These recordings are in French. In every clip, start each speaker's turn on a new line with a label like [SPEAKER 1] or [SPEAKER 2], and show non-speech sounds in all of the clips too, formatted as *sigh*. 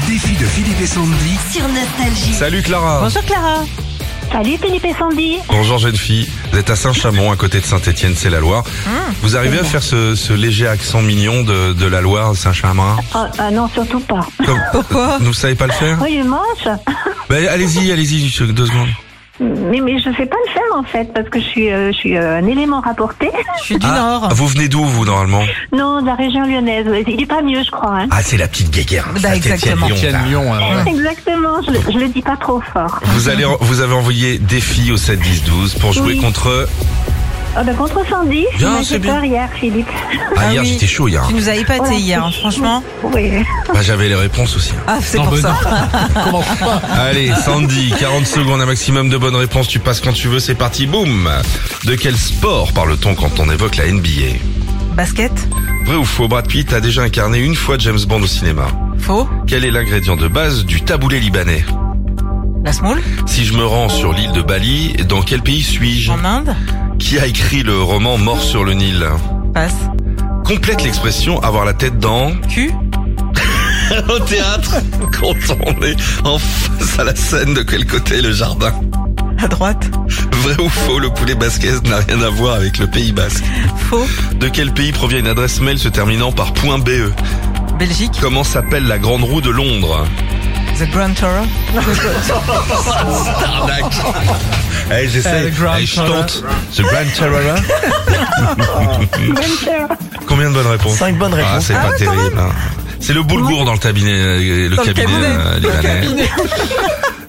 [SPEAKER 1] Philippe et Sandy.
[SPEAKER 2] sur Nostalgie.
[SPEAKER 1] Salut Clara.
[SPEAKER 3] Bonjour Clara.
[SPEAKER 4] Salut Philippe et Sandy.
[SPEAKER 1] Bonjour jeune fille. Vous êtes à Saint-Chamond, à côté de Saint-Étienne, c'est la Loire.
[SPEAKER 3] Mmh.
[SPEAKER 1] Vous arrivez à faire ce, ce léger accent mignon de, de la Loire, Saint-Chamond
[SPEAKER 4] Ah, ah non, surtout pas.
[SPEAKER 1] Comme-
[SPEAKER 3] *laughs* Pourquoi
[SPEAKER 1] Vous savez pas le faire
[SPEAKER 4] Oui, il est moche.
[SPEAKER 1] Ben, Allez-y, allez-y, deux secondes.
[SPEAKER 4] Mais, mais je sais pas le faire en fait, parce que je suis, euh, je suis euh, un élément rapporté.
[SPEAKER 3] Je suis du
[SPEAKER 1] Ah,
[SPEAKER 3] Nord.
[SPEAKER 1] Vous venez d'où, vous, normalement
[SPEAKER 4] Non, de la région lyonnaise. Il est pas mieux, je crois. hein.
[SPEAKER 1] Ah, c'est la petite guéguerre.
[SPEAKER 3] Bah,
[SPEAKER 1] Saint-Étienne,
[SPEAKER 3] exactement.
[SPEAKER 1] Lyon, là.
[SPEAKER 4] Exactement, je, le- je le dis pas trop fort.
[SPEAKER 1] Vous, allez, en- vous avez envoyé des filles au 7-10-12 pour jouer
[SPEAKER 4] Oui.
[SPEAKER 1] contre...
[SPEAKER 4] Ah ben, contre Sandy,
[SPEAKER 1] Bien,
[SPEAKER 4] j'ai
[SPEAKER 1] c'est
[SPEAKER 4] fait
[SPEAKER 1] bien.
[SPEAKER 4] peur hier, Philippe.
[SPEAKER 1] Ah,
[SPEAKER 3] Ah
[SPEAKER 1] hier,
[SPEAKER 3] oui.
[SPEAKER 1] j'étais chaud, hier.
[SPEAKER 3] Tu nous as épatés
[SPEAKER 4] Ouais.
[SPEAKER 3] hier, hein, franchement.
[SPEAKER 4] Oui.
[SPEAKER 1] Bah, J'avais les réponses aussi.
[SPEAKER 3] Ah, c'est pour ça.
[SPEAKER 1] Allez, Sandy, 40 secondes, un maximum de bonnes réponses. Tu passes quand tu veux, c'est parti, boum De quel sport parle-t-on quand on évoque la NBA
[SPEAKER 3] Basket
[SPEAKER 1] Vrai ou faux, Brad Pitt a déjà incarné une fois James Bond au cinéma.
[SPEAKER 3] Faux
[SPEAKER 1] Quel est l'ingrédient de base du taboulé libanais
[SPEAKER 3] La smoule
[SPEAKER 1] Si je me rends sur l'île de Bali, dans quel pays suis-je
[SPEAKER 3] En Inde
[SPEAKER 1] Qui a écrit le roman Mort sur le Nil
[SPEAKER 3] Passe.
[SPEAKER 1] Complète l'expression avoir la tête dans...
[SPEAKER 3] Cul
[SPEAKER 1] *laughs* Au théâtre Quand on est en face à la scène, de quel côté est le jardin
[SPEAKER 3] À droite
[SPEAKER 1] Vrai ou faux, le poulet basquaise n'a rien à voir avec le Pays basque.
[SPEAKER 3] Faux
[SPEAKER 1] De quel pays provient une adresse mail se terminant par .be
[SPEAKER 3] Belgique
[SPEAKER 1] Comment s'appelle la grande roue de Londres
[SPEAKER 3] The Grand Tour
[SPEAKER 1] Arnaque *laughs* Eh,
[SPEAKER 5] Eh,
[SPEAKER 1] j'essaie,
[SPEAKER 5] le Grand
[SPEAKER 1] Eh, je tente. The Grand
[SPEAKER 5] *laughs*
[SPEAKER 1] Tarara Combien de bonnes réponses
[SPEAKER 5] 5 bonnes
[SPEAKER 1] Ah,
[SPEAKER 5] réponses.
[SPEAKER 1] c'est pas terrible. hein. C'est le boulgour dans le cabinet, euh, le
[SPEAKER 3] Dans le
[SPEAKER 1] cabinet,
[SPEAKER 3] cabinet.
[SPEAKER 1] euh,
[SPEAKER 3] Dans le
[SPEAKER 1] libanais. *laughs*
[SPEAKER 3] cabinet.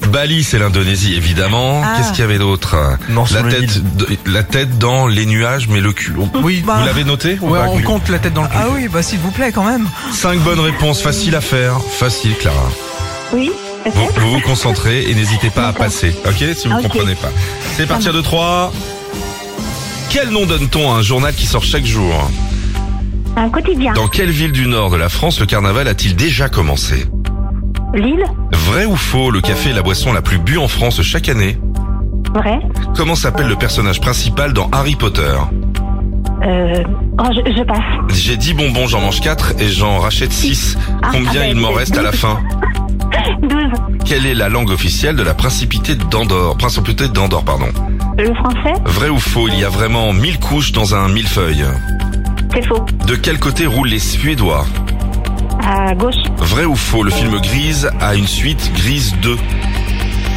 [SPEAKER 1] Bali, c'est l'Indonésie, évidemment.
[SPEAKER 3] Ah.
[SPEAKER 1] Qu'est-ce qu'il y avait d'autre
[SPEAKER 5] Non, sur
[SPEAKER 1] la
[SPEAKER 5] le
[SPEAKER 1] tête, de- la tête dans les nuages, mais le cul. On-
[SPEAKER 5] oui,
[SPEAKER 3] Bah,
[SPEAKER 1] Vous l'avez noté ou
[SPEAKER 5] Ah. ouais,
[SPEAKER 1] pas
[SPEAKER 5] on compte la tête dans le cul.
[SPEAKER 3] Ah oui, bah s'il vous plaît quand même.
[SPEAKER 1] Cinq bonnes réponses, facile à faire, facile, Clara.
[SPEAKER 4] Oui,
[SPEAKER 1] Vous
[SPEAKER 4] peut-être.
[SPEAKER 1] vous, vous concentrez et n'hésitez pas à passer, ok Si vous
[SPEAKER 4] Ok.
[SPEAKER 1] comprenez pas. C'est partir de 3. Quel nom donne-t-on à un journal qui sort chaque jour
[SPEAKER 4] Un quotidien.
[SPEAKER 1] Dans quelle ville du nord de la France le carnaval a-t-il déjà commencé
[SPEAKER 4] Lille,
[SPEAKER 1] Vrai ou faux, le café est la boisson la plus bue en France chaque année
[SPEAKER 4] vrai.
[SPEAKER 1] Comment s'appelle le personnage principal dans Harry Potter
[SPEAKER 4] Euh, oh, je, je passe. *laughs*
[SPEAKER 1] J'ai 10 bonbons, j'en mange 4 et j'en rachète 6.
[SPEAKER 4] Ah,
[SPEAKER 1] Combien
[SPEAKER 4] ah ben,
[SPEAKER 1] il m'en
[SPEAKER 4] c'est
[SPEAKER 1] reste à la
[SPEAKER 4] douze.
[SPEAKER 1] fin
[SPEAKER 4] 12.
[SPEAKER 1] Quelle est la langue officielle de la principauté d'Andorre Principauté d'Andorre, pardon.
[SPEAKER 4] Le français,
[SPEAKER 1] Vrai ou faux, il y a vraiment 1000 couches dans un millefeuille.
[SPEAKER 4] c'est faux.
[SPEAKER 1] De quel côté roulent les Suédois
[SPEAKER 4] À gauche,
[SPEAKER 1] Vrai ou faux, le film Grise a une suite Grise 2.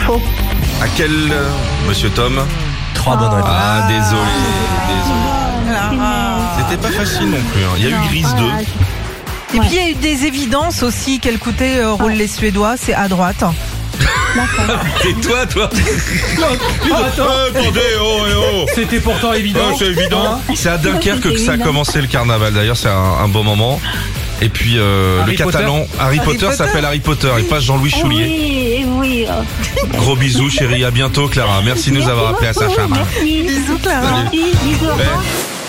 [SPEAKER 4] faux.
[SPEAKER 1] À quel, euh, monsieur Tom
[SPEAKER 5] 3 bonnes réponses.
[SPEAKER 1] Ah, désolé, désolé.
[SPEAKER 3] Clara.
[SPEAKER 1] C'était pas facile non plus. hein. Il y a eu Grise 2.
[SPEAKER 4] Ah,
[SPEAKER 3] Et puis il y a eu des évidences aussi qu'elle coûtait euh, roule les Suédois, c'est à droite.
[SPEAKER 1] Et toi, toi Euh, Attendez, oh, eh, oh.
[SPEAKER 5] C'était pourtant Ah, évident.
[SPEAKER 1] Oh, c'est évident. C'est à Dunkerque que ça a commencé le carnaval. D'ailleurs, c'est un, un bon moment. Et puis euh, le
[SPEAKER 5] Harry Potter.
[SPEAKER 1] catalan Harry Potter
[SPEAKER 3] Potter.
[SPEAKER 1] s'appelle Harry Potter et pas Jean-Louis Choulier.
[SPEAKER 4] Ah Oui, oui. oh.
[SPEAKER 1] Gros bisous, chérie. À bientôt, Clara. Merci de nous avoir appelés à sa femme.
[SPEAKER 4] Merci.
[SPEAKER 3] Bisous, Clara.
[SPEAKER 4] Merci, bisous, au revoir.